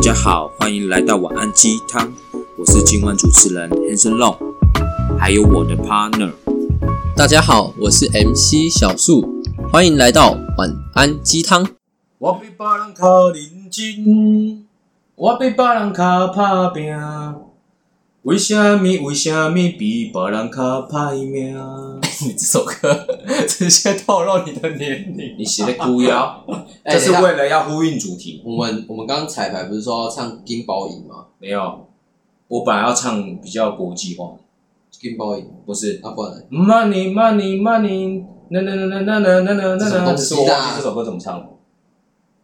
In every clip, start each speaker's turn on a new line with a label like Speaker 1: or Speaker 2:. Speaker 1: 家好，欢迎来到晚安鸡汤，我是今晚主持人 Hanson Long，还有我的 partner。
Speaker 2: 大家好，我是 MC 小树，欢迎来到晚安鸡汤。
Speaker 3: 我比别人较认真，我比别人较打拼，为什么？为什么比别人较歹命？
Speaker 2: 你这首歌直接透露你的年龄。
Speaker 3: 你写的哭腰，
Speaker 2: 哎
Speaker 3: 这是
Speaker 2: 等一下
Speaker 3: 为了要呼应主题。
Speaker 2: 我们我们刚刚彩排不是说要唱金包银吗？
Speaker 3: 没有，我本来要唱比较国际化，
Speaker 2: 金包银
Speaker 3: 不是
Speaker 2: 啊，不然呢
Speaker 3: Money Money Money，那那那那那那那那
Speaker 2: 什么
Speaker 3: 那，
Speaker 2: 东
Speaker 3: 只
Speaker 2: 西啊
Speaker 3: 是我忘记这首歌怎么唱了。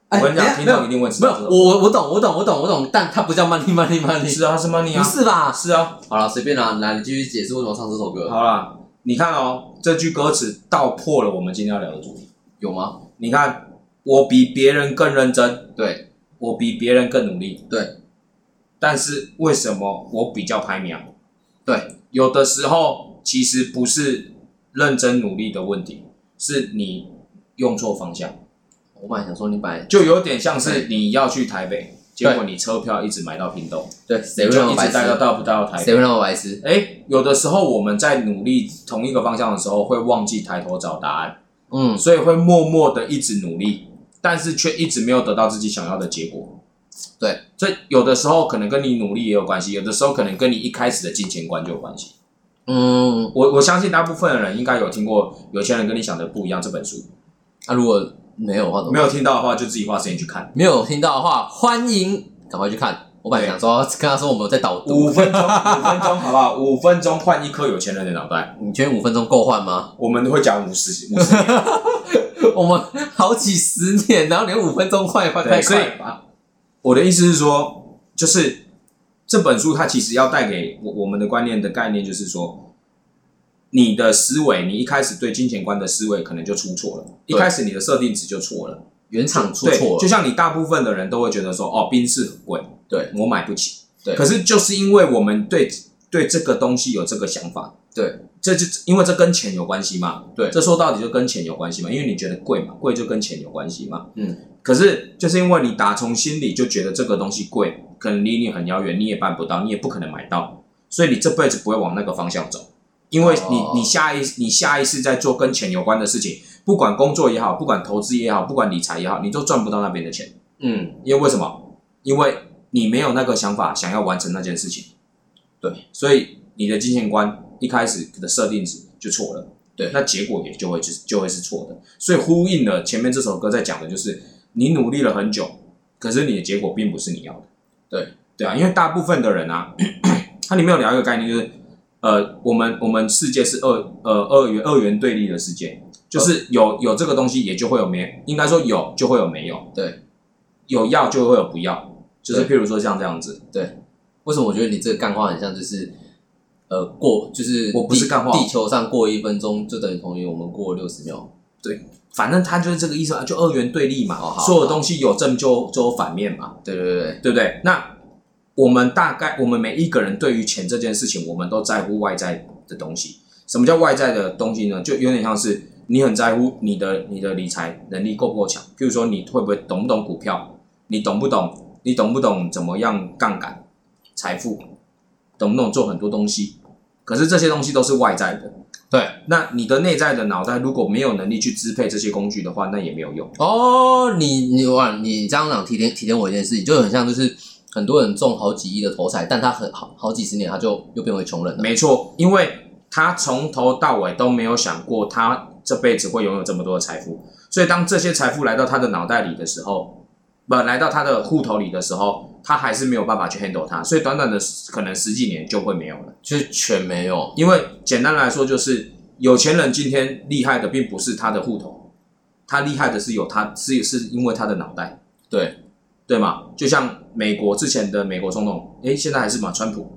Speaker 2: 哎
Speaker 3: 我跟你讲，
Speaker 2: 等
Speaker 3: 听
Speaker 2: 一下
Speaker 3: 众一定会知
Speaker 2: 没
Speaker 3: 道
Speaker 2: 有
Speaker 3: 这首歌。
Speaker 2: 我我我懂我懂我懂我懂，但它不叫 money money money，
Speaker 3: 是啊，它是 Money
Speaker 2: 不
Speaker 3: 啊，
Speaker 2: 是吧？
Speaker 3: 是啊。
Speaker 2: 好了，随便啦，来你继续解释为什么唱这首歌，
Speaker 3: 好啦，你看哦，这句歌词道破了我们今天要聊的主题。
Speaker 2: 有吗？
Speaker 3: 你看，我比别人更认真，
Speaker 2: 对
Speaker 3: 我比别人更努力，
Speaker 2: 对
Speaker 3: 但是为什么我比较排名？
Speaker 2: 对，
Speaker 3: 有的时候其实不是认真努力的问题，是你用错方向，
Speaker 2: 我本来想说你本来
Speaker 3: 就有点像是
Speaker 2: 对
Speaker 3: 你要去台北，结果你车票一直买到屏东，
Speaker 2: 对
Speaker 3: 你
Speaker 2: 谁会那
Speaker 3: 就
Speaker 2: 么
Speaker 3: 一
Speaker 2: 白
Speaker 3: 直待到
Speaker 2: 痴？
Speaker 3: 到不到台
Speaker 2: 谁
Speaker 3: 北。
Speaker 2: 会那么白痴？
Speaker 3: 哎，有的时候我们在努力同一个方向的时候，会忘记抬头找答案。
Speaker 2: 嗯，
Speaker 3: 所以会默默的一直努力，但是却一直没有得到自己想要的结果。
Speaker 2: 对，
Speaker 3: 这有的时候可能跟你努力也有关系，有的时候可能跟你一开始的金钱观就有关系。
Speaker 2: 嗯，
Speaker 3: 我我相信大部分的人应该有听过《有些人跟你想的不一样》这本书，
Speaker 2: 那、啊如果没有的话怎么办
Speaker 3: 没有听到的话就自己花时间去看，
Speaker 2: 没有听到的话，欢迎赶快去看。我本来想说跟他说我们有在导
Speaker 3: 五
Speaker 2: 读，
Speaker 3: 分钟，五分钟好不好？五分钟换一颗有钱人的脑袋，
Speaker 2: 你觉得五分钟够换吗？
Speaker 3: 我们会讲五十五十年。
Speaker 2: 我们好几十年，然后连五分钟换也换太
Speaker 3: 对，所以
Speaker 2: 快了吧？
Speaker 3: 我的意思是说，就是这本书它其实要带给我我们的观念的概念，就是说，你的思维，你一开始对金钱观的思维可能就出错了，一
Speaker 2: 对
Speaker 3: 开始你的设定值就错了，
Speaker 2: 原厂出
Speaker 3: 对，
Speaker 2: 错
Speaker 3: 就
Speaker 2: 了，
Speaker 3: 像你大部分的人都会觉得说，哦，宾士很贵，
Speaker 2: 对
Speaker 3: 我买不起，
Speaker 2: 对
Speaker 3: 可是就是因为我们对对这个东西有这个想法，
Speaker 2: 对，
Speaker 3: 这就因为这跟钱有关系嘛，
Speaker 2: 对
Speaker 3: 这说到底就跟钱有关系嘛，因为你觉得贵嘛，贵就跟钱有关系嘛，
Speaker 2: 嗯，
Speaker 3: 可是就是因为你打从心里就觉得这个东西贵，可能离你很遥远，你也办不到，你也不可能买到，所以你这辈子不会往那个方向走，因为你、
Speaker 2: 哦
Speaker 3: 你下一你下意识在做跟钱有关的事情，不管工作也好，不管投资也好，不管理财也好，你都赚不到那边的钱，
Speaker 2: 嗯，
Speaker 3: 因为为什么？因为你没有那个想法想要完成那件事情，
Speaker 2: 对，
Speaker 3: 所以你的金钱观一开始的设定值就错了，
Speaker 2: 对
Speaker 3: 那结果也就会就是就会是错的，所以呼应了前面这首歌在讲的就是你努力了很久，可是你的结果并不是你要的，
Speaker 2: 对，
Speaker 3: 对啊，因为大部分的人啊， 它里面有聊一个概念就是，呃，我们我们世界是二呃二元二元对立的世界，就是有有这个东西也就会有没，应该说有就会有没有，
Speaker 2: 对，
Speaker 3: 有要就会有不要，就是譬
Speaker 2: 对
Speaker 3: 如说像这样子，
Speaker 2: 对。为什么我觉得你这个干话很像就是，呃，过就是
Speaker 3: 我不是
Speaker 2: 地
Speaker 3: 干话
Speaker 2: 地球上过一分钟就等于同于我们过六十秒。
Speaker 3: 反正它就是这个意思啊，就二元对立嘛，
Speaker 2: 哦好
Speaker 3: 所有东西有正就就有反面嘛，
Speaker 2: 对对对
Speaker 3: 对不对？那我们大概我们每一个人对于钱这件事情，我们都在乎外在的东西。什么叫外在的东西呢？就有点像是你很在乎你的你的理财能力够不够强，譬如说你会不会懂不懂股票，你懂不懂你懂不懂怎么样杠杆财富，懂不懂做很多东西？可是这些东西都是外在的。
Speaker 2: 对。
Speaker 3: 那你的内在的脑袋如果没有能力去支配这些工具的话，那也没有用。
Speaker 2: 哦，你你哇，你这样讲提点提点我一件事情，就很像就是很多人中好几亿的头彩，但他很好好几十年他就又变回穷人了。
Speaker 3: 没错，因为他从头到尾都没有想过他这辈子会拥有这么多的财富，所以当这些财富来到他的脑袋里的时候，不来到他的户头里的时候，他还是没有办法去 handle 它，所以短短的可能十几年就会没有了。
Speaker 2: 就是全没有。
Speaker 3: 因为简单来说，就是有钱人今天厉害的并不是他的户头，他厉害的是有他是是因为他的脑袋，
Speaker 2: 对，
Speaker 3: 对吗？就像美国之前的美国总统，诶，现在还是嘛，川普，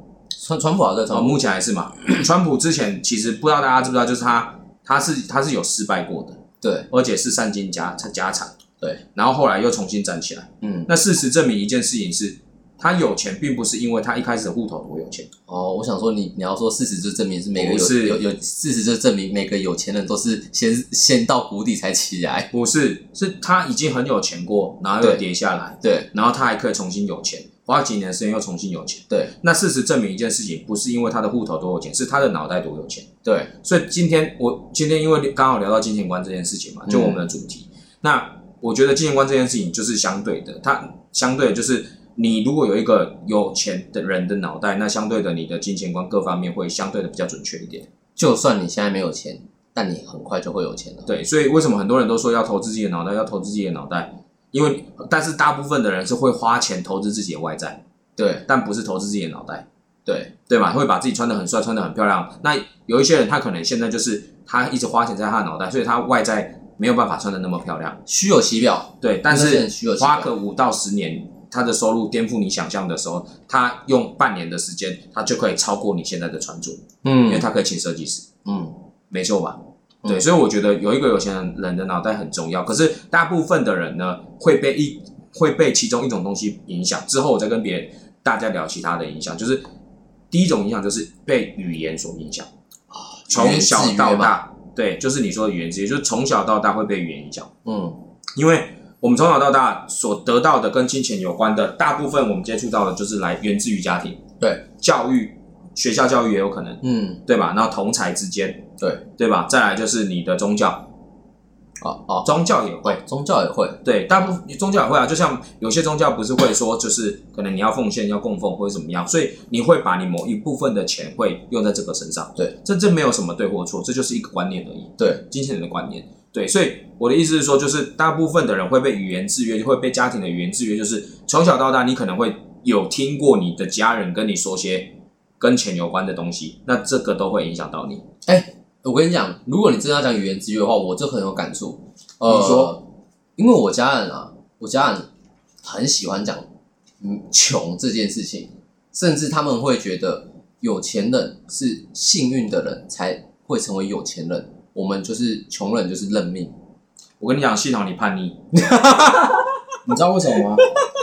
Speaker 2: 川川普好像在
Speaker 3: 哦，
Speaker 2: 川普，
Speaker 3: 目前还是嘛。 川普之前其实不知道大家知不知道，就是他他是他是有失败过的，
Speaker 2: 对，
Speaker 3: 而且是散尽家家产。
Speaker 2: 对，
Speaker 3: 然后后来又重新站起来。
Speaker 2: 嗯，
Speaker 3: 那事实证明一件事情是，他有钱并不是因为他一开始的户头多有钱，
Speaker 2: 哦，我想说你你要说事实就证明是每个
Speaker 3: 不
Speaker 2: 有
Speaker 3: 是
Speaker 2: 有有事实就证明每个有钱人都是先先到谷底才起来，
Speaker 3: 不是，是他已经很有钱过，然后又
Speaker 2: 对
Speaker 3: 跌下来，
Speaker 2: 对
Speaker 3: 然后他还可以重新有钱，花几年的时间又重新有钱。
Speaker 2: 对
Speaker 3: 那事实证明一件事情，不是因为他的户头多有钱，是他的脑袋多有钱。
Speaker 2: 对
Speaker 3: 所以今天我今天因为刚好聊到金钱观这件事情嘛，
Speaker 2: 嗯
Speaker 3: 就我们的主题。那我觉得金钱观这件事情就是相对的，它相对的就是你如果有一个有钱的人的脑袋，那相对的你的金钱观各方面会相对的比较准确一点。
Speaker 2: 就算你现在没有钱，但你很快就会有钱了。
Speaker 3: 对，所以为什么很多人都说要投资自己的脑袋，要投资自己的脑袋？因为但是大部分的人是会花钱投资自己的外在，
Speaker 2: 对
Speaker 3: 但不是投资自己的脑袋。
Speaker 2: 对
Speaker 3: 对嘛，会把自己穿得很帅，穿得很漂亮。那有一些人，他可能现在就是他一直花钱在他的脑袋，所以他外在没有办法穿得那么漂亮。
Speaker 2: 虚有其表，
Speaker 3: 对，但
Speaker 2: 那是很
Speaker 3: 是
Speaker 2: 虚有其
Speaker 3: 花
Speaker 2: 表。
Speaker 3: 个五到十年，他的收入颠覆你想象的时候，他用半年的时间，他就可以超过你现在的穿着，因为
Speaker 2: 嗯
Speaker 3: 他可以请设计师，
Speaker 2: 嗯，
Speaker 3: 没错吧？
Speaker 2: 嗯
Speaker 3: 对，所以我觉得有一个有钱人的脑袋很重要，可是大部分的人呢，会被一会被其中一种东西影响。之后我再跟别人大家聊其他的影响，就是第一种影响就是被语言所影响。
Speaker 2: 语
Speaker 3: 从
Speaker 2: 言制
Speaker 3: 小
Speaker 2: 约
Speaker 3: 到
Speaker 2: 嘛，
Speaker 3: 大，对，就是你说的语言之约，就是从小到大会被语言影响，
Speaker 2: 嗯
Speaker 3: 因为我们从小到大所得到的跟金钱有关的，大部分我们接触到的就是来源自于家庭，
Speaker 2: 对，
Speaker 3: 教育，学校教育也有可能，
Speaker 2: 嗯，
Speaker 3: 对吧？然后同才之间，
Speaker 2: 对
Speaker 3: 对吧？再来就是你的宗教，
Speaker 2: 哦哦，
Speaker 3: 宗教也会，
Speaker 2: 会宗教也会，
Speaker 3: 对，大部分宗教也会啊，就像有些宗教不是会说，就是可能你要奉献、要供奉或者怎么样，所以你会把你某一部分的钱会用在这个身上。
Speaker 2: 对，
Speaker 3: 这这没有什么对或错，这就是一个观念而已。
Speaker 2: 对，
Speaker 3: 金钱人的观念。对，所以我的意思是说，就是大部分的人会被语言制约，会被家庭的语言制约，就是从小到大，你可能会有听过你的家人跟你说些跟钱有关的东西，那这个都会影响到你。
Speaker 2: 我跟你讲，如果你真的要讲语言制约的话，我就很有感触。呃，
Speaker 3: 你说，
Speaker 2: 因为我家人啊，我家人很喜欢讲嗯穷这件事情，甚至他们会觉得有钱人是幸运的人才会成为有钱人，我们就是穷人就是认命。
Speaker 3: 我跟你讲，系统你叛 逆，
Speaker 4: 你知道为什么吗？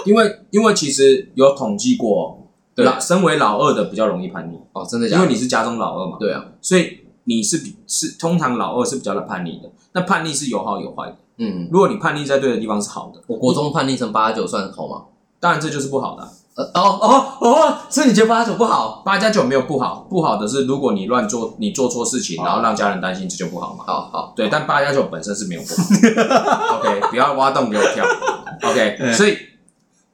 Speaker 3: 因为因为其实有统计过，
Speaker 2: 对
Speaker 3: 老身为老二的比较容易叛逆，
Speaker 2: 哦，真的假
Speaker 3: 因
Speaker 2: 的？
Speaker 3: 为你是家中老二嘛，
Speaker 2: 对啊，
Speaker 3: 所以你是比是通常老二是比较叛逆的。那叛逆是有好有坏的，
Speaker 2: 嗯，
Speaker 3: 如果你叛逆在对的地方是好的，
Speaker 2: 我国中叛逆成八九算好吗？
Speaker 3: 当然这就是不好的啊、
Speaker 2: 呃，哦哦哦，所以你觉得八九不好？
Speaker 3: 八加九没有不好，不好的是如果你乱做，你做错事情，
Speaker 2: 哦
Speaker 3: 然后让家人担心，这就不好嘛。
Speaker 2: 好好，
Speaker 3: 对，但八加九本身是没有不好。OK，不要挖洞给我跳。OK，所以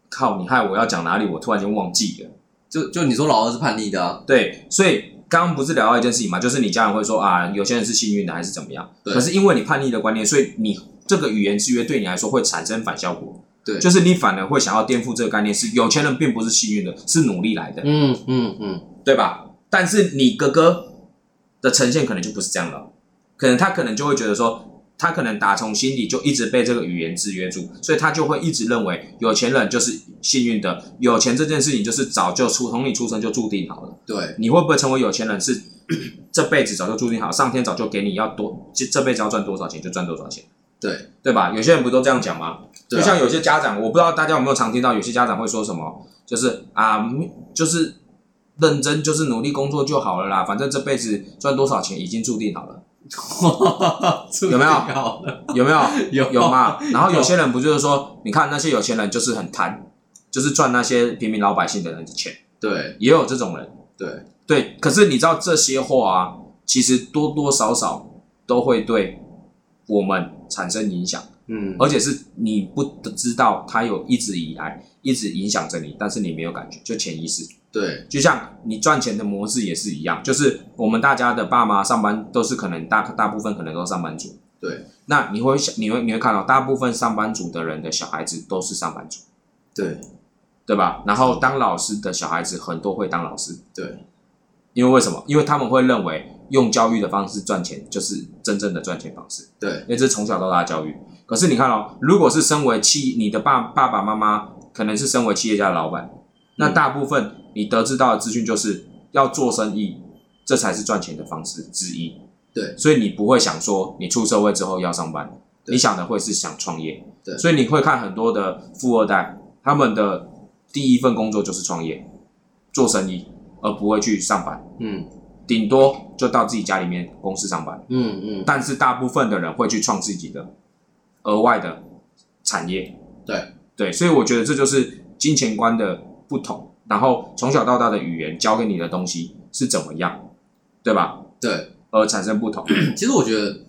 Speaker 3: 靠，你害我要讲哪里，我突然间忘记了。
Speaker 2: 就就你说老二是叛逆的啊，
Speaker 3: 对，所以刚刚不是聊到一件事情嘛，就是你家人会说啊，有些人是幸运的还是怎么样，
Speaker 2: 对
Speaker 3: 可是因为你叛逆的观念，所以你这个语言制约对你来说会产生反效果。
Speaker 2: 对
Speaker 3: 就是你反而会想要颠覆这个概念，是有钱人并不是幸运的，是努力来的。
Speaker 2: 嗯嗯嗯，
Speaker 3: 对吧？但是你哥哥的呈现可能就不是这样了，可能他可能就会觉得说，他可能打从心底就一直被这个语言制约住，所以他就会一直认为有钱人就是幸运的，有钱这件事情就是早就出从你出生就注定好了。
Speaker 2: 对，
Speaker 3: 你会不会成为有钱人是 这辈子早就注定好，上天早就给你要多，这这辈子要赚多少钱就赚多少钱，
Speaker 2: 对
Speaker 3: 对吧？有些人不都这样讲吗？
Speaker 2: 对
Speaker 3: 就
Speaker 2: 啊
Speaker 3: 像有些家长，我不知道大家有没有常听到，有些家长会说什么，就是啊，嗯就是认真，就是努力工作就好了啦，反正这辈子赚多少钱已经注定好了，
Speaker 4: 有
Speaker 3: 没有
Speaker 4: 有？
Speaker 3: 有没 有？
Speaker 4: 有
Speaker 3: 有
Speaker 2: 哦
Speaker 3: 吗？然后有
Speaker 4: 有
Speaker 3: 些人不就是说，你看那些有钱人就是很贪，就是赚那些平民老百姓的人的钱，
Speaker 2: 对
Speaker 3: 也有这种人。
Speaker 2: 对，
Speaker 3: 对，可是你知道这些话啊，其实多多少少都会对我们产生影响，
Speaker 2: 嗯，
Speaker 3: 而且是你不知道它有一直以来一直影响着你，但是你没有感觉，就潜意识。
Speaker 2: 对
Speaker 3: 就像你赚钱的模式也是一样，就是我们大家的爸妈上班都是可能大大部分可能都上班族，
Speaker 2: 对
Speaker 3: 那你会想你会你会看到大部分上班族的人的小孩子都是上班族，
Speaker 2: 对
Speaker 3: 对吧？然后当老师的小孩子很多会当老师，
Speaker 2: 对，
Speaker 3: 因为为什么？因为他们会认为用教育的方式赚钱就是真正的赚钱方式，
Speaker 2: 对
Speaker 3: 因为这是从小到大的教育。可是你看哦，如果是身为企你的爸爸爸妈妈可能是身为企业家的老板，那
Speaker 2: 嗯
Speaker 3: 大部分你得知到的资讯就是要做生意，这才是赚钱的方式之一。
Speaker 2: 对
Speaker 3: 所以你不会想说你出社会之后要上班，
Speaker 2: 对
Speaker 3: 你想的会是想创业。
Speaker 2: 对
Speaker 3: 所以你会看很多的富二代，他们的第一份工作就是创业，做生意，而不会去上班，
Speaker 2: 嗯
Speaker 3: 顶多就到自己家里面公司上班。
Speaker 2: 嗯嗯，
Speaker 3: 但是大部分的人会去创自己的额外的产业。
Speaker 2: 对
Speaker 3: 对，所以我觉得这就是金钱观的不同，然后从小到大的语言教给你的东西是怎么样，对吧？
Speaker 2: 对，
Speaker 3: 而产生不同。
Speaker 2: 其实我觉得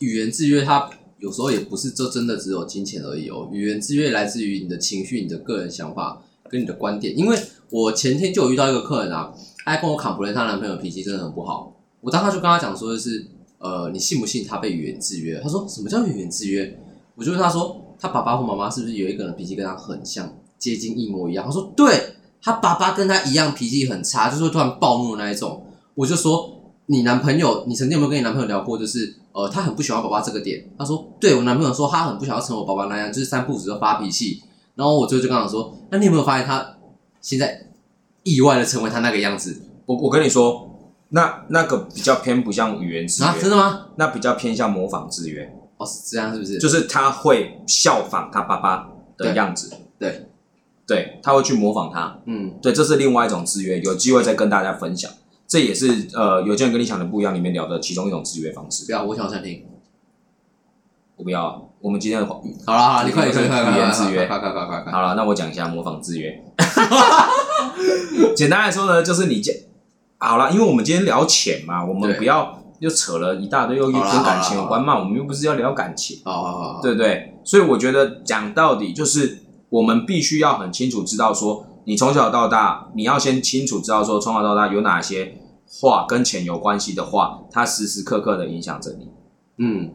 Speaker 2: 语言制约它有时候也不是就真的只有金钱而已哦，语言制约来自于你的情绪、你的个人想法跟你的观点。因为我前天就有遇到一个客人啊，他还跟我 complain 她男朋友脾气真的很不好，我当时就跟他讲说的是，呃，你信不信他被语言制约？他说什么叫语言制约？我就问他说，他爸爸或妈妈是不是有一个人脾气跟他很像，接近一模一样？他说对，他爸爸跟他一样脾气很差，就是会突然暴怒的那一种。我就说你男朋友，你曾经有没有跟你男朋友聊过？就是呃，他很不喜欢爸爸这个点。他说，对我男朋友说他很不想要成我爸爸那样，就是三不五时就发脾气。然后我最后就跟他讲说，那你有没有发现他现在意外的成为他那个样子
Speaker 3: 我我跟你说，那那个比较偏不像语言制约，
Speaker 2: 啊？真的吗？
Speaker 3: 那比较偏向模仿制约，
Speaker 2: 哦，是这样是不是？
Speaker 3: 就是他会效仿他爸爸的
Speaker 2: 对
Speaker 3: 样子，
Speaker 2: 对
Speaker 3: 对，他会去模仿他，
Speaker 2: 嗯，
Speaker 3: 对，这是另外一种制约，有机会再跟大家分享。这也是呃，有些人跟你想的不一样，里面聊的其中一种制约方
Speaker 2: 不
Speaker 3: 式。
Speaker 2: 要，我想要餐厅。
Speaker 3: 我不要啊，我们今天的话
Speaker 2: 好了好了，你快点快点快点，
Speaker 3: 语言制约
Speaker 2: 快快快快快快！
Speaker 3: 好了，那我讲一下模仿制约。 简单来说呢，就是你讲好了，因为我们今天聊钱嘛，我们
Speaker 2: 对
Speaker 3: 不要又扯了一大堆，又又
Speaker 2: 好啦
Speaker 3: 跟感情
Speaker 2: 好啦
Speaker 3: 有关嘛，我们又不是要聊感情，
Speaker 2: 好好好好，
Speaker 3: 对不对？所以我觉得讲到底就是我们必须要很清楚知道说，你从小到大，你要先清楚知道说，从小到大有哪些话跟钱有关系的话，它时时刻刻的影响着你。
Speaker 2: 嗯，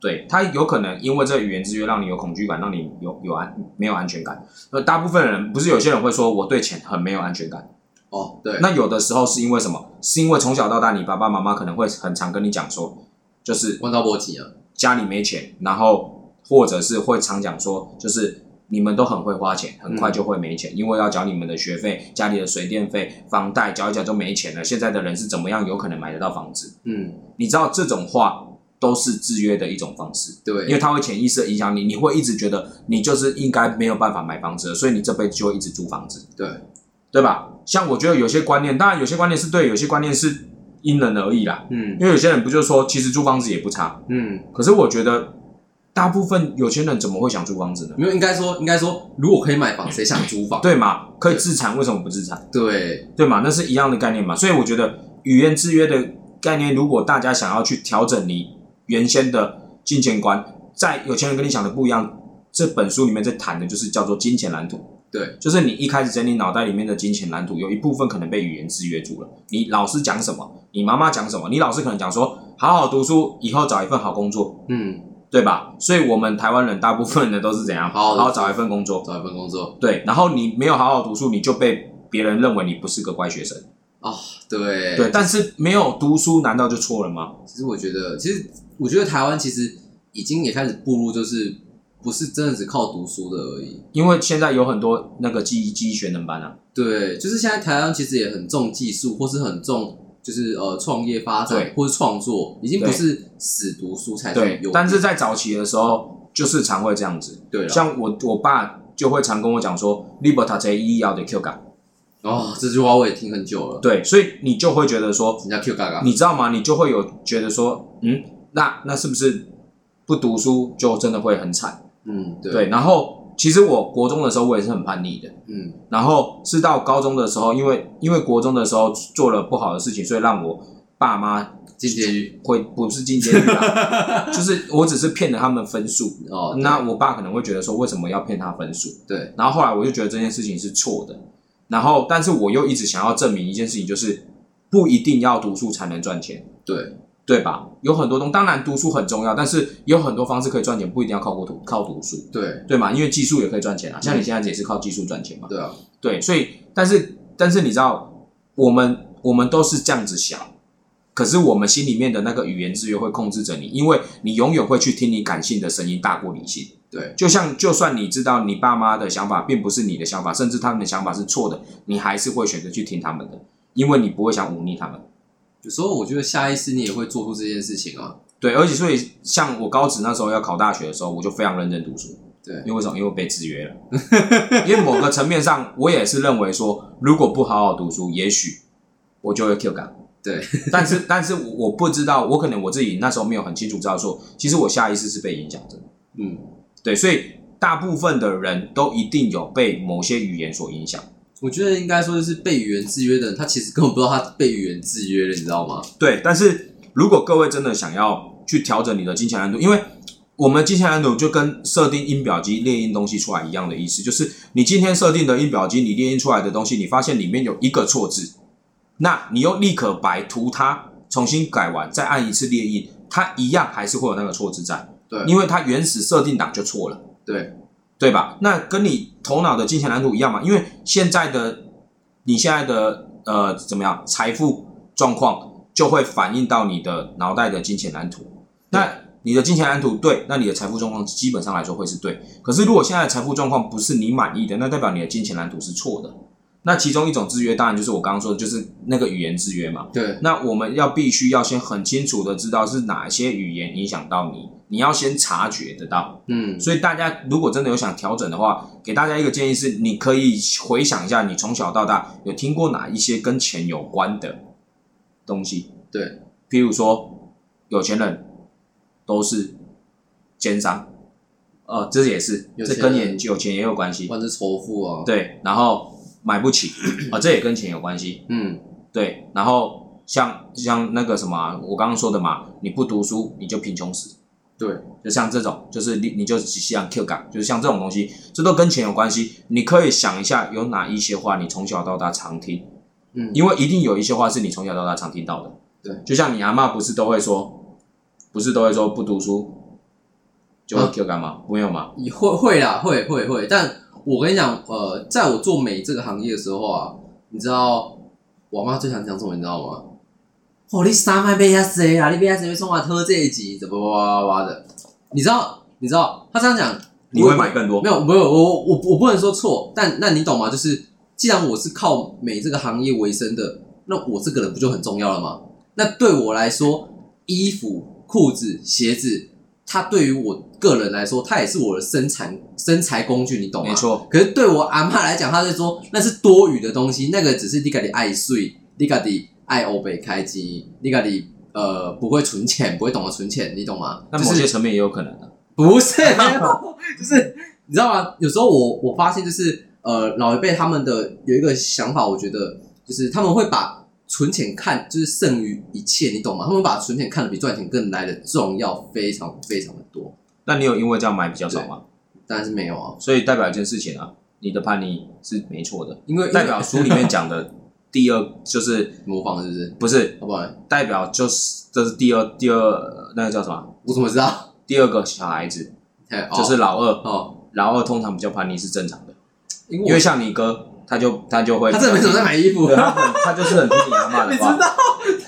Speaker 3: 对他有可能因为这个语言制约让你有恐惧感，让你有有安没有安全感。那大部分人不是有些人会说我对钱很没有安全感，
Speaker 2: 哦对，
Speaker 3: 那有的时候是因为什么？是因为从小到大你爸爸妈妈可能会很常跟你讲说，就是
Speaker 2: 弯刀波及啊，
Speaker 3: 家里没钱，然后或者是会常讲说，就是你们都很会花钱，很快就会没钱，因为要缴你们的学费、家里的水电费、房贷，缴一缴就没钱了。现在的人是怎么样有可能买得到房子？
Speaker 2: 嗯
Speaker 3: 你知道这种话都是制约的一种方式。
Speaker 2: 对，
Speaker 3: 因为它会潜意识的影响你，你会一直觉得你就是应该没有办法买房子了，所以你这辈子就会一直租房子，
Speaker 2: 对
Speaker 3: 对吧？像我觉得有些观念，当然有些观念是对，有些观念是因人而异啦。
Speaker 2: 嗯
Speaker 3: 因为有些人不就说，其实租房子也不差，
Speaker 2: 嗯，
Speaker 3: 可是我觉得大部分有钱人怎么会想租房子呢？
Speaker 2: 没有应该说应该说，如果可以买房，谁想租房？
Speaker 3: 对嘛？可以自产，为什么不自产？
Speaker 2: 对，
Speaker 3: 对嘛？那是一样的概念嘛。所以我觉得语言制约的概念，如果大家想要去调整你原先的金钱观，在有钱人跟你想的不一样，这本书里面在谈的就是叫做金钱蓝图。
Speaker 2: 对，
Speaker 3: 就是你一开始整理脑袋里面的金钱蓝图，有一部分可能被语言制约住了。你老师讲什么，你妈妈讲什么，你老师可能讲说好好读书，以后找一份好工作，
Speaker 2: 嗯，
Speaker 3: 对吧？所以我们台湾人大部分人都是怎样，
Speaker 2: 好好
Speaker 3: 好
Speaker 2: 地
Speaker 3: 好找一份工作，
Speaker 2: 找一份工作
Speaker 3: 对。然后你没有好好读书，你就被别人认为你不是个乖学生。
Speaker 2: 啊，对
Speaker 3: 对，，但是没有读书难道就错了吗？
Speaker 2: 其实我觉得，其实我觉得台湾其实已经也开始步入，就是不是真的只靠读书的而已。
Speaker 3: 因为现在有很多那个记忆记忆学能班啊，
Speaker 2: 对，就是现在台湾其实也很重技术，或是很重就是呃创业发展
Speaker 3: 对，
Speaker 2: 或是创作，已经
Speaker 3: 对
Speaker 2: 不是死读书才是
Speaker 3: 对
Speaker 2: 有。，
Speaker 3: 但是在早期的时候就是常会这样子，
Speaker 2: 对啊了，
Speaker 3: 像我我爸就会常跟我讲说 l i b e r t a t 一要的 Q 感，
Speaker 2: 哦，这句话我也听很久了。
Speaker 3: 对，所以你就会觉得说，
Speaker 2: 人家 Q 嘎嘎，
Speaker 3: 你知道吗？你就会有觉得说，嗯，那那是不是不读书就真的会很惨？
Speaker 2: 嗯，对，
Speaker 3: 对，然后其实我国中的时候我也是很叛逆的，
Speaker 2: 嗯，
Speaker 3: 然后是到高中的时候，因为因为国中的时候做了不好的事情，所以让我爸妈
Speaker 2: 进监狱
Speaker 3: 会不是进监狱啦，就是我只是骗了他们分数。
Speaker 2: 哦，
Speaker 3: 那我爸可能会觉得说，为什么要骗他分数？
Speaker 2: 对，
Speaker 3: 然后后来我就觉得这件事情是错的，然后但是我又一直想要证明一件事情，就是不一定要读书才能赚钱，
Speaker 2: 对
Speaker 3: 对吧？有很多东，当然读书很重要，但是有很多方式可以赚钱，不一定要靠过读靠读书，
Speaker 2: 对
Speaker 3: 对吗？因为技术也可以赚钱啊，像你现在也是靠技术赚钱嘛。
Speaker 2: 对啊，
Speaker 3: 对，所以但是但是你知道，我们我们都是这样子想，可是我们心里面的那个语言制约会控制着你，因为你永远会去听你感性的声音大过理性。
Speaker 2: 对，
Speaker 3: 就像就算你知道你爸妈的想法并不是你的想法，甚至他们的想法是错的，你还是会选择去听他们的，因为你不会想忤逆他们。
Speaker 2: 有时候我觉得下意识你也会做出这件事情啊，
Speaker 3: 对，而且所以像我高职那时候要考大学的时候，我就非常认真读书，
Speaker 2: 对
Speaker 3: 因为为什么？因为被制约了。 因为某个层面上，我也是认为说，如果不好好读书，也许我就会 Q 感。
Speaker 2: 对，
Speaker 3: 但是但是我我不知道，我可能我自己那时候没有很清楚知道说，其实我下意识是被影响着的。
Speaker 2: 嗯。
Speaker 3: 对，所以大部分的人都一定有被某些语言所影响。
Speaker 2: 我觉得应该说就是被语言制约的人，他其实根本不知道他被语言制约了，你知道吗？
Speaker 3: 对，但是如果各位真的想要去调整你的金钱难度，因为我们金钱难度就跟设定音表机列印东西出来一样的意思，就是你今天设定的音表机，你列印出来的东西，你发现里面有一个错字，那你用立可白涂它，重新改完，再按一次列印，它一样还是会有那个错字在，
Speaker 4: 对
Speaker 3: 因为它原始设定档就错了。
Speaker 4: 对
Speaker 3: 对吧？那跟你头脑的金钱蓝图一样嘛，因为现在的你现在的呃怎么样财富状况就会反映到你的脑袋的金钱蓝图。那你的金钱蓝图对，那你的财富状况基本上来说会是对。可是如果现在的财富状况不是你满意的，那代表你的金钱蓝图是错的。那其中一种制约，当然就是我刚刚说的，就是那个语言制约嘛。
Speaker 4: 对
Speaker 3: 那我们要必须要先很清楚的知道是哪些语言影响到你，你要先察觉得到。
Speaker 4: 嗯
Speaker 3: 所以大家如果真的有想调整的话，给大家一个建议是，你可以回想一下你从小到大有听过哪一些跟钱有关的东西。
Speaker 4: 对，
Speaker 3: 譬如说有钱人都是奸商，呃，这也是，
Speaker 2: 哦有
Speaker 3: 这
Speaker 2: 钱
Speaker 3: 跟也
Speaker 2: 人
Speaker 3: 有钱也有关系。
Speaker 2: 或者是仇富啊，
Speaker 3: 对，然后买不起，啊、这也跟钱有关系。
Speaker 4: 嗯
Speaker 3: 对，然后像像那个什么啊、我刚刚说的嘛，你不读书你就贫穷死。
Speaker 4: 对，
Speaker 3: 就像这种，就是你你就像 Q 感，就是像这种东西，这都跟钱有关系。你可以想一下，有哪一些话你从小到大常听，
Speaker 4: 嗯
Speaker 3: 因为一定有一些话是你从小到大常听到的。
Speaker 4: 对，
Speaker 3: 就像你阿嬷不是都会说，不是都会说不读书就会
Speaker 2: 啊
Speaker 3: Q 感吗？没有吗？
Speaker 2: 也会会啦，会会会。但我跟你讲，呃，在我做美这个行业的时候啊，你知道我妈最想讲什么，你知道吗？哦，你三麦被压谁啊？你被压谁？送我喝这一集，怎么哇哇哇的？你知道？你知道？她这样讲，
Speaker 3: 你会买更多
Speaker 2: 没？有，没有，我我我不能说错，但那你懂吗？就是既然我是靠美这个行业为生的，那我这个人不就很重要了吗？那对我来说，衣服、裤子、鞋子，它对于我个人来说，它也是我的生产生财工具，你懂吗？
Speaker 3: 没。错，
Speaker 2: 可是对我阿妈来讲，她就说那是多余的东西，那个只是你家里爱睡，你家里爱欧北开机，你家里呃不会存钱，不会懂得存钱，你懂吗？
Speaker 3: 那
Speaker 2: 就
Speaker 3: 某
Speaker 2: 是
Speaker 3: 些层面也有可能啊的。
Speaker 2: 不是，没有 就是你知道吗？有时候我我发现就是呃，老一辈他们的有一个想法，我觉得就是他们会把存钱看就是胜于一切，你懂吗？他们把存钱看得比赚钱更来的重要，非常非常的多。
Speaker 3: 那你有因为这样买比较少吗？
Speaker 2: 当然是没有啊，
Speaker 3: 所以代表一件事情啊，你的叛逆是没错的。
Speaker 2: 因为
Speaker 3: 代表书里面讲的第二就是
Speaker 2: 模仿是不是？
Speaker 3: 不是
Speaker 2: 好不好？
Speaker 3: 代表就是这是第二第二那个叫什么？
Speaker 2: 我怎么知 道？
Speaker 3: 第二个小孩子
Speaker 2: 哎哦
Speaker 3: 就是老二，
Speaker 2: 哦，
Speaker 3: 老二通常比较叛逆是正常的，
Speaker 2: 因
Speaker 3: 因为
Speaker 2: 为
Speaker 3: 像你哥他就他就会
Speaker 2: 我他真的没怎么在买衣服
Speaker 3: 对，他啊很他就是很听你阿妈
Speaker 2: 你
Speaker 3: 的
Speaker 2: 知
Speaker 3: 话，
Speaker 2: 道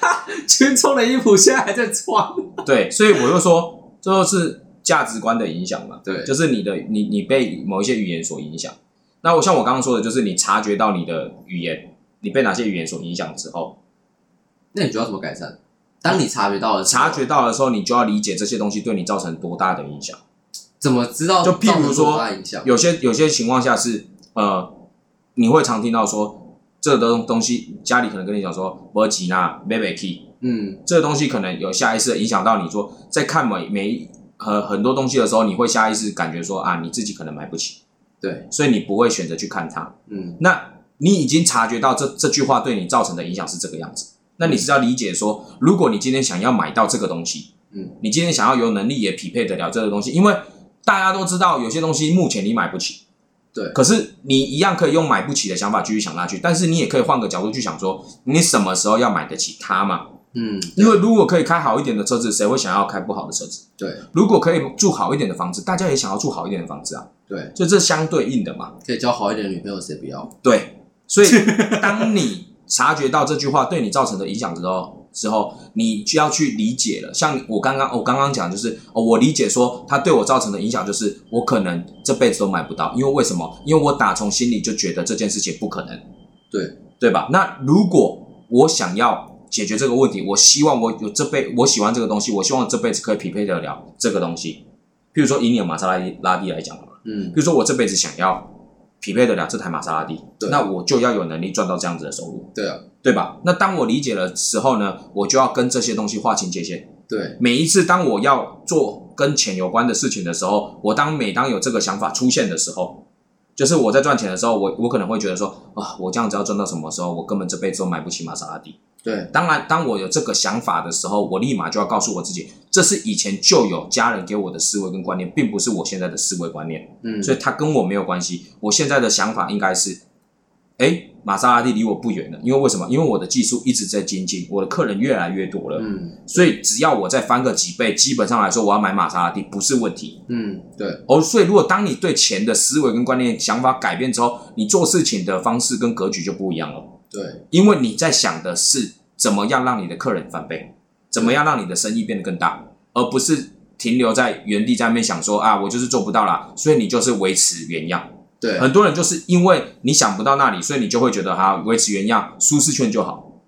Speaker 2: 他群众的衣服现在还在穿，
Speaker 3: 对，所以我就说这就是价值观的影响嘛，
Speaker 2: 对
Speaker 3: 就是你的你你被某一些语言所影响。那我像我刚刚说的，就是你察觉到你的语言，你被哪些语言所影响之后，
Speaker 2: 那你觉得要怎么改善？当你察觉到了，
Speaker 3: 察觉到的时候，你就要理解这些东西对你造成多大的影响。
Speaker 2: 怎么知道
Speaker 3: 就譬如说
Speaker 2: 造成多大影响？
Speaker 3: 有些有些情况下是呃，你会常听到说这个东东西，家里可能跟你讲说“我吉娜 b a b key”，
Speaker 2: 嗯，
Speaker 3: 这个东西可能有下意识的影响到你说，在看每每呃很多东西的时候，你会下意识感觉说啊，你自己可能买不起，
Speaker 2: 对，
Speaker 3: 所以你不会选择去看它。
Speaker 2: 嗯，
Speaker 3: 那你已经察觉到这这句话对你造成的影响是这个样子，那你是要理解说，如果你今天想要买到这个东西，
Speaker 2: 嗯，
Speaker 3: 你今天想要有能力也匹配得了这个东西，因为大家都知道有些东西目前你买不起，
Speaker 2: 对
Speaker 3: 可是你一样可以用买不起的想法继续想下去，但是你也可以换个角度去想说，你什么时候要买得起它嘛？
Speaker 2: 嗯，
Speaker 3: 因为如果可以开好一点的车子，谁会想要开不好的车子？
Speaker 2: 对
Speaker 3: 如果可以住好一点的房子，大家也想要住好一点的房子啊，
Speaker 2: 对，
Speaker 3: 就这相对应的嘛。
Speaker 2: 可以交好一点的女朋友，谁不要？
Speaker 3: 对，所以当你察觉到这句话对你造成的影响之 后，之后你就要去理解了。像我刚刚我刚刚讲，就是哦，我理解说它对我造成的影响，就是我可能这辈子都买不到，因为为什么？因为我打从心里就觉得这件事情不可能，
Speaker 2: 对
Speaker 3: 对吧？那如果我想要解决这个问题，我希望我有这辈我喜欢这个东西，我希望这辈子可以匹配得了这个东西。譬如说，以你的玛莎拉蒂拉蒂来讲好了
Speaker 2: 嗯
Speaker 3: 比，如说我这辈子想要匹配得了这台玛莎拉蒂，
Speaker 2: 对
Speaker 3: 那我就要有能力赚到这样子的收入，
Speaker 2: 对啊，
Speaker 3: 对吧？那当我理解的时候呢，我就要跟这些东西划清界限。
Speaker 2: 对
Speaker 3: 每一次当我要做跟钱有关的事情的时候，我当每当有这个想法出现的时候，就是我在赚钱的时候，我我可能会觉得说啊，我这样子要赚到什么时候，我根本这辈子都买不起玛莎拉蒂。
Speaker 4: 对，
Speaker 3: 当然，当我有这个想法的时候，我立马就要告诉我自己，这是以前就有家人给我的思维跟观念，并不是我现在的思维观念，
Speaker 4: 嗯，
Speaker 3: 所以它跟我没有关系。我现在的想法应该是，哎，玛莎拉蒂离我不远了，因为为什么？因为我的技术一直在精进，我的客人越来越多了，
Speaker 4: 嗯
Speaker 3: 所以只要我再翻个几倍，基本上来说，我要买玛莎拉蒂不是问题。
Speaker 4: 嗯，对，
Speaker 3: 哦，所以如果当你对钱的思维跟观念、想法改变之后，你做事情的方式跟格局就不一样了。
Speaker 4: 对，
Speaker 3: 因为你在想的是怎么样让你的客人翻倍，怎么样让你的生意变得更大，而不是停留在原地在那边想说啊，我就是做不到啦，所以你就是维持原样。
Speaker 4: 对，
Speaker 3: 很多人就是因为你想不到那里，所以你就会觉得哈、维持原样，舒适圈就好。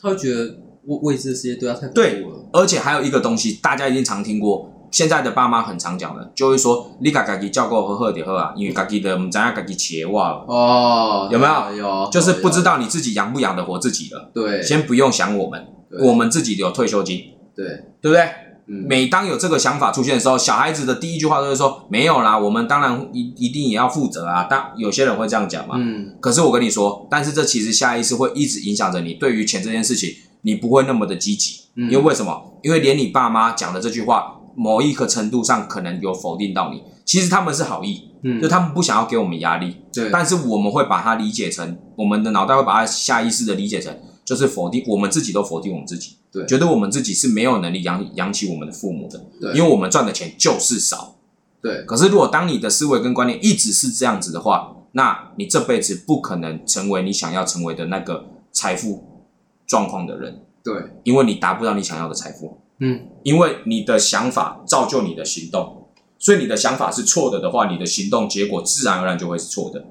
Speaker 2: 他会觉得未未知的世界对他太恐
Speaker 3: 对
Speaker 2: 怖了。，
Speaker 3: 而且还有一个东西，大家一定常听过。现在的爸妈很常讲的，就会说你家家己照顾好好就好啊，因为家己的唔知影家己切哇了，
Speaker 4: 哦，
Speaker 3: 有没有
Speaker 4: 有，
Speaker 3: 就是不知
Speaker 4: 有，
Speaker 3: 道你自己养不养得活自己了。
Speaker 4: 对，
Speaker 3: 先不用想我们，
Speaker 4: 对
Speaker 3: 我们自己有退休金，
Speaker 4: 对，
Speaker 3: 对不对？
Speaker 4: 嗯，
Speaker 3: 每当有这个想法出现的时候，小孩子的第一句话都是说：“没有啦，我们当然一一定也要负责啊。”当有啊些人会这样讲嘛。
Speaker 4: 嗯，
Speaker 3: 可是我跟你说，但是这其实下意识会一直影响着你对于钱这件事情，你不会那么的积极，
Speaker 4: 嗯
Speaker 3: 因为为什么？因为连你爸妈讲的这句话，某一个程度上可能有否定到你。其实他们是好意，
Speaker 4: 嗯
Speaker 3: 就他们不想要给我们压力，
Speaker 4: 对，
Speaker 3: 但是我们会把它理解成，我们的脑袋会把它下意识的理解成，就是否定我们自己，都否定我们自己，
Speaker 4: 对
Speaker 3: 觉得我们自己是没有能力养养起我们的父母的，
Speaker 4: 对
Speaker 3: 因为我们赚的钱就是少。
Speaker 4: 对，
Speaker 3: 可是如果当你的思维跟观念一直是这样子的话，那你这辈子不可能成为你想要成为的那个财富状况的人，
Speaker 4: 对，
Speaker 3: 因为你达不到你想要的财富。
Speaker 4: 嗯，
Speaker 3: 因为你的想法造就你的行动，所以你的想法是错的的话，你的行动结果自然而然就会是错的。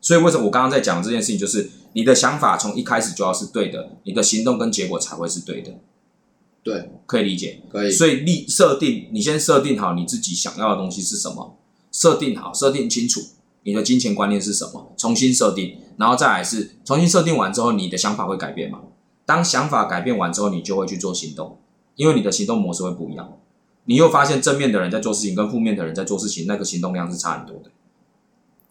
Speaker 3: 所以为什么我刚刚在讲这件事情，就是你的想法从一开始就要是对的，你的行动跟结果才会是对的。
Speaker 4: 对，
Speaker 3: 可以理解。
Speaker 4: 可以，
Speaker 3: 所以立设定，你先设定好你自己想要的东西是什么，设定好，设定清楚你的金钱观念是什么，重新设定，然后再来是重新设定完之后，你的想法会改变嘛？当想法改变完之后，你就会去做行动，因为你的行动模式会不一样。你又发现正面的人在做事情跟负面的人在做事情，那个行动量是差很多的，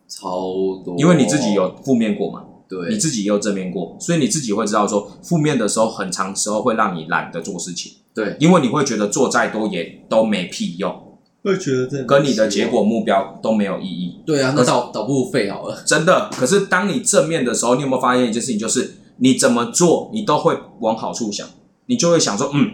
Speaker 2: 超多，
Speaker 3: 因为你自己有负面过嘛，
Speaker 4: 哦对，
Speaker 3: 你自己也有正面过，所以你自己会知道说，负面的时候很长时候会让你懒得做事情，
Speaker 4: 对，
Speaker 3: 因为你会觉得做再多也都没屁用。
Speaker 2: 会觉得这
Speaker 3: 跟你的结果目标都没有意义，
Speaker 2: 对啊，那倒倒不如废好了。
Speaker 3: 真的。可是当你正面的时候，你有没有发现一件事情，就是你怎么做，你都会往好处想，你就会想说，嗯，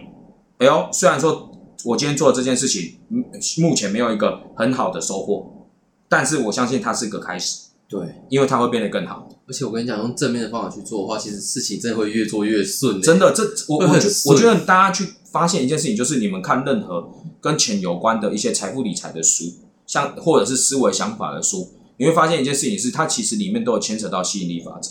Speaker 3: 哎呦，虽然说我今天做的这件事情，嗯目前没有一个很好的收获，但是我相信它是个开始，
Speaker 2: 对，
Speaker 3: 因为它会变得更好。
Speaker 2: 而且我跟你讲，用正面的方法去做的话，其实事情真的会越做越顺、欸
Speaker 3: 真，的，这我
Speaker 2: 会
Speaker 3: 我
Speaker 2: 很
Speaker 3: 觉
Speaker 2: 顺
Speaker 3: 我觉得大家去发现一件事情，就是你们看任何跟钱有关的一些财富理财的书，像或者是思维想法的书，你会发现一件事情是，它其实里面都有牵扯到吸引力法则。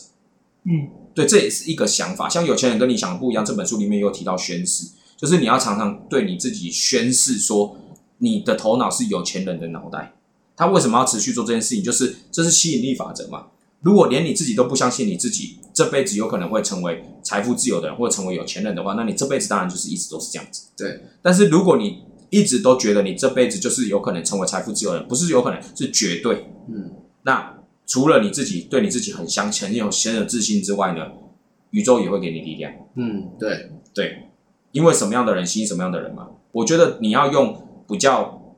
Speaker 2: 嗯，
Speaker 3: 对，这也是一个想法。像有钱人跟你想的不一样，这本书里面有提到宣誓，就是你要常常对你自己宣誓说，你的头脑是有钱人的脑袋。他为什么要持续做这件事情？就是这是吸引力法则嘛。如果连你自己都不相信你自己，这辈子有可能会成为财富自由的人，或者成为有钱人的话，那你这辈子当然就是一直都是这样子。
Speaker 4: 对。
Speaker 3: 但是如果你一直都觉得你这辈子就是有可能成为财富自由的人，不是有可能，是绝对。
Speaker 4: 嗯，
Speaker 3: 那除了你自己对你自己很相很有很有自信之外呢，宇宙也会给你力量。
Speaker 4: 嗯，对，
Speaker 3: 对，因为什么样的人吸引什么样的人嘛。我觉得你要用比较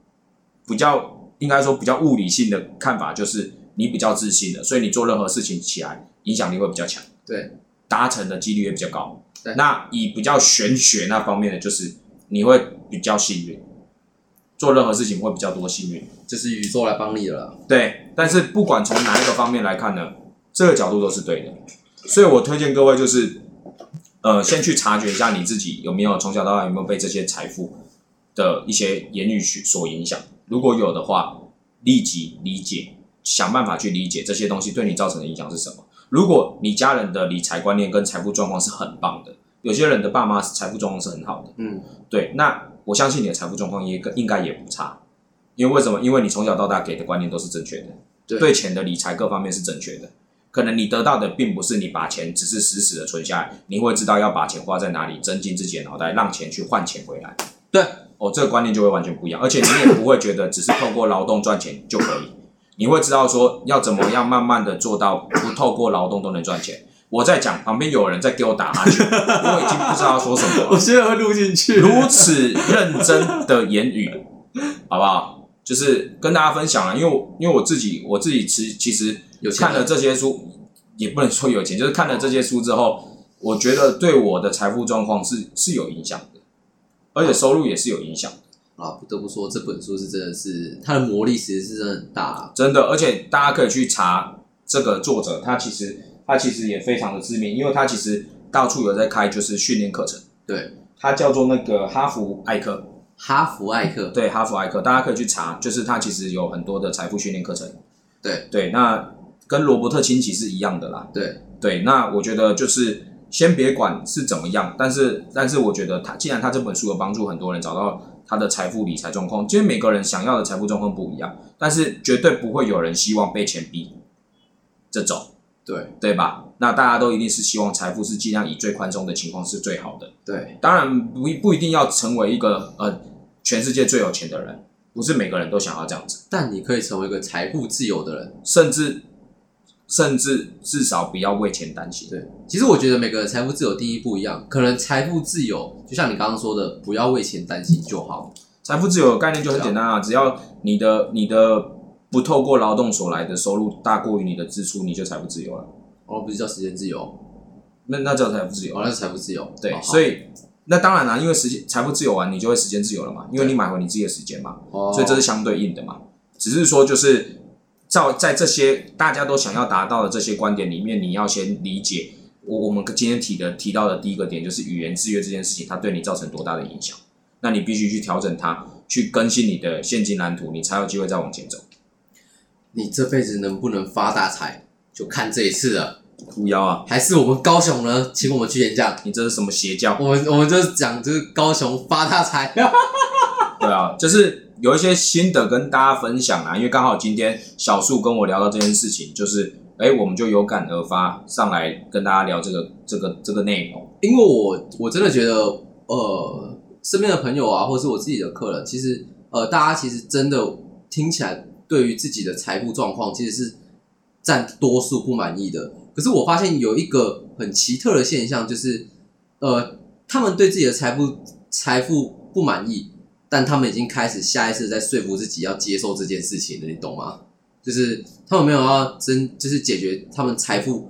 Speaker 3: 比较，应该说比较物理性的看法，就是你比较自信的，所以你做任何事情起来影响力会比较强，
Speaker 4: 对，
Speaker 3: 达成的几率也比较高
Speaker 4: 对。
Speaker 3: 那以比较玄学那方面的，就是你会比较幸运，做任何事情会比较多幸运。
Speaker 2: 就是宇宙来帮你了啦。
Speaker 3: 对，但是不管从哪一个方面来看呢，这个角度都是对的。所以我推荐各位就是，呃，先去察觉一下你自己有没有从小到大有没有被这些财富的一些言语所影响。如果有的话，立即理解，想办法去理解这些东西对你造成的影响是什么。如果你家人的理财观念跟财富状况是很棒的，有些人的爸妈是财富状况是很好的，
Speaker 4: 嗯，
Speaker 3: 对，那我相信你的财富状况也应该也不差，因为为什么？因为你从小到大给的观念都是正确的，
Speaker 4: 对
Speaker 3: 对钱的理财各方面是正确的。可能你得到的并不是你把钱只是死死的存下来，你会知道要把钱花在哪里，增进自己的脑袋，让钱去换钱回来。
Speaker 4: 对，
Speaker 3: 哦，这个观念就会完全不一样，而且你也不会觉得只是透过劳动赚钱就可以，你会知道说要怎么样慢慢的做到不透过劳动都能赚钱。我在讲，旁边有人在给我打哈欠，我已经不知道说什么
Speaker 4: 我
Speaker 3: 了。
Speaker 4: 现在会录进 去。
Speaker 3: 如此认真的言语，好不好？就是跟大家分享了，因为我因为我自己我自己其其实
Speaker 2: 有钱
Speaker 3: 看了
Speaker 2: 人
Speaker 3: 这些书，也不能说有钱，就是看了这些书之后，我觉得对我的财富状况是是有影响的，而且收入也是有影响的，
Speaker 2: 啊，不得不说这本书是真的是它的魔力其实是真的很大啊。
Speaker 3: 真的。而且大家可以去查这个作者，他其实他其实也非常的知名，因为他其实到处有在开就是训练课程，
Speaker 2: 对，
Speaker 3: 他叫做那个哈佛艾克，
Speaker 2: 哈佛艾克，
Speaker 3: 对哈佛艾克，大家可以去查，就是他其实有很多的财富训练课程。
Speaker 2: 对
Speaker 3: 对，那跟罗伯特清崎是一样的啦。
Speaker 2: 对
Speaker 3: 对，那我觉得就是先别管是怎么样，但是但是我觉得他既然他这本书有帮助很多人找到他的财富理财状况，其实每个人想要的财富状况不一样，但是绝对不会有人希望被钱逼这种。
Speaker 4: 对
Speaker 3: 对吧？那大家都一定是希望财富是尽量以最宽松的情况是最好的。
Speaker 4: 对，
Speaker 3: 当然不不一定要成为一个呃全世界最有钱的人，不是每个人都想要这样子，
Speaker 2: 但你可以成为一个财富自由的人。
Speaker 3: 甚至甚至至少不要为钱担心。
Speaker 2: 对，其实我觉得每个人财富自由定义不一样，可能财富自由就像你刚刚说的，不要为钱担心就好。
Speaker 3: 财富自由的概念就很简单啊，只要你的你的不透过劳动所来的收入大过于你的支出，你就财富自由了。
Speaker 2: 哦，不是叫时间自由，
Speaker 3: 那那叫财富自由
Speaker 2: 哦，那是财富自由。
Speaker 3: 对，
Speaker 2: 哦
Speaker 3: 所以那当然啦、因为时间财富自由完，你就会时间自由了嘛，因为你买回你自己的时间嘛。
Speaker 2: 哦
Speaker 3: 所以这是相对应的嘛。只是说，就是照在这些大家都想要达到的这些观点里面，你要先理解我我们今天提的提到的第一个点，就是语言制约这件事情，它对你造成多大的影响。那你必须去调整它，去更新你的现金蓝图，你才有机会再往前走。
Speaker 2: 你这辈子能不能发大财，就看这一次了。
Speaker 3: 狐妖啊，
Speaker 2: 还是我们高雄呢，请我们去演讲。
Speaker 3: 你这是什么邪教？
Speaker 2: 我们我们就是讲就是高雄发大财，
Speaker 3: 对啊，就是有一些新的跟大家分享啊，因为刚好今天小树跟我聊到这件事情，就是哎，我们就有感而发上来跟大家聊这个这个这个内容。
Speaker 2: 因为我我真的觉得，呃，身边的朋友啊，或是我自己的客人，其实呃，大家其实真的听起来对于自己的财富状况，其实是占多数不满意的。可是我发现有一个很奇特的现象，就是呃，他们对自己的财富财富不满意，但他们已经开始下意识地在说服自己要接受这件事情了，你懂吗？就是他们没有要真，就是解决他们财富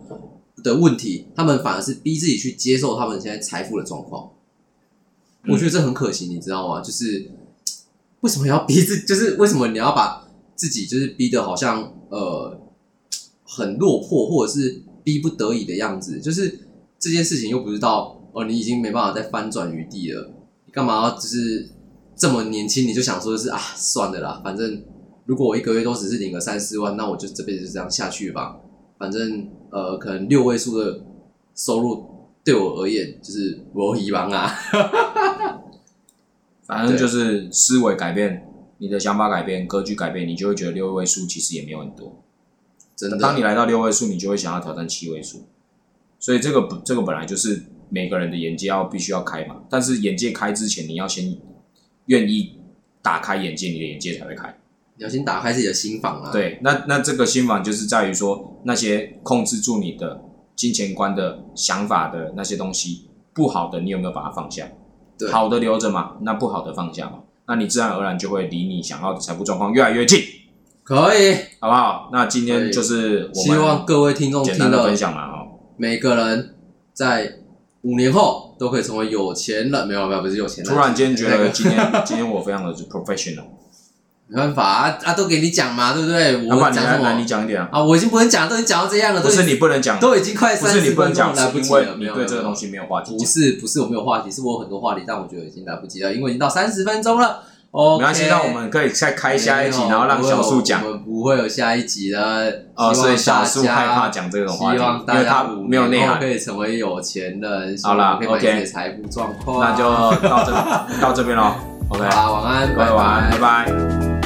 Speaker 2: 的问题，他们反而是逼自己去接受他们现在财富的状况。
Speaker 3: 嗯
Speaker 2: 我觉得这很可惜，你知道吗？就是为什么要逼自， 就是为什么你要把自己就是逼得好像呃很落魄，或者是逼不得已的样子？就是这件事情又不是到哦，你已经没办法再翻转余地了，你干嘛要就是这么年轻你就想说就是啊算了啦，反正如果我一个月都只是领个三四万，那我就这辈子就这样下去吧。反正呃，可能六位数的收入对我而言就是我遗忘啊。
Speaker 3: 反正就是思维改变，你的想法改变，格局改变，你就会觉得六位数其实也没有很多。
Speaker 2: 真
Speaker 3: 那
Speaker 2: 的，
Speaker 3: 当你来到六位数，你就会想要挑战七位数。所以这个不这个本来就是每个人的眼界要必须要开嘛，但是眼界开之前，你要先愿意打开眼界，你的眼界才会开。
Speaker 2: 你要先打开自己的心房啊。，
Speaker 3: 对，那那这个心法就是在于说，那些控制住你的金钱观的想法的那些东西，不好的你有没有把它放下？
Speaker 4: 对
Speaker 3: 好的留着嘛，那不好的放下嘛，那你自然而然就会离你想要的财富状况越来越近，
Speaker 2: 可以。
Speaker 3: 好不好？那今
Speaker 2: 可
Speaker 3: 天
Speaker 2: 以
Speaker 3: 就是我
Speaker 2: 希
Speaker 3: 们
Speaker 2: 望各位听众
Speaker 3: 简
Speaker 2: 听
Speaker 3: 单的
Speaker 2: 了
Speaker 3: 分，享嘛，哦，
Speaker 2: 每个人在五年后都可以成为有钱人。没有没有，不是有钱人，
Speaker 3: 突然间觉
Speaker 2: 那
Speaker 3: 得
Speaker 2: 个
Speaker 3: 今天今天我非常的 professional，
Speaker 2: 没办法啊啊，都给你讲嘛，对不对？
Speaker 3: 老
Speaker 2: 我
Speaker 3: 板你
Speaker 2: 讲
Speaker 3: 来
Speaker 2: 什
Speaker 3: 来你
Speaker 2: 么
Speaker 3: 讲一点 啊，
Speaker 2: 啊？我已经不能讲，都已经讲到这样了，
Speaker 3: 不
Speaker 2: 都已
Speaker 3: 是
Speaker 2: 经
Speaker 3: 你不能讲，
Speaker 2: 都已经快
Speaker 3: 不
Speaker 2: 三
Speaker 3: 是你
Speaker 2: 十
Speaker 3: 不能
Speaker 2: 分钟来
Speaker 3: 讲，是
Speaker 2: 不
Speaker 3: 因
Speaker 2: 及
Speaker 3: 为
Speaker 2: 了，
Speaker 3: 你
Speaker 2: 没有
Speaker 3: 对这个东。
Speaker 2: 没有
Speaker 3: 西没有话题
Speaker 2: 不
Speaker 3: 讲。
Speaker 2: 是不是我没有话题，是我有很多话题，但我觉得已经来不及了，因为已经到三十分钟了。哦，
Speaker 3: 没关系，那我们可以再开下一集，然后让小树讲
Speaker 2: 我。们不会有下一集的。
Speaker 3: 哦，所以小树
Speaker 2: 希望大
Speaker 3: 害
Speaker 2: 家
Speaker 3: 怕讲这种
Speaker 2: 希
Speaker 3: 话题，
Speaker 2: 望
Speaker 3: 因
Speaker 2: 大
Speaker 3: 为
Speaker 2: 家
Speaker 3: 他
Speaker 2: 五年
Speaker 3: 没有内
Speaker 2: 后
Speaker 3: 涵
Speaker 2: 可。以成为有钱人。
Speaker 3: 好啦
Speaker 2: 希望可以把你
Speaker 3: OK
Speaker 2: 的财务状况。
Speaker 3: 那就到这到这边喽，OK，
Speaker 2: 好啦，晚安，
Speaker 3: 各位晚安，
Speaker 2: 拜
Speaker 3: 拜拜。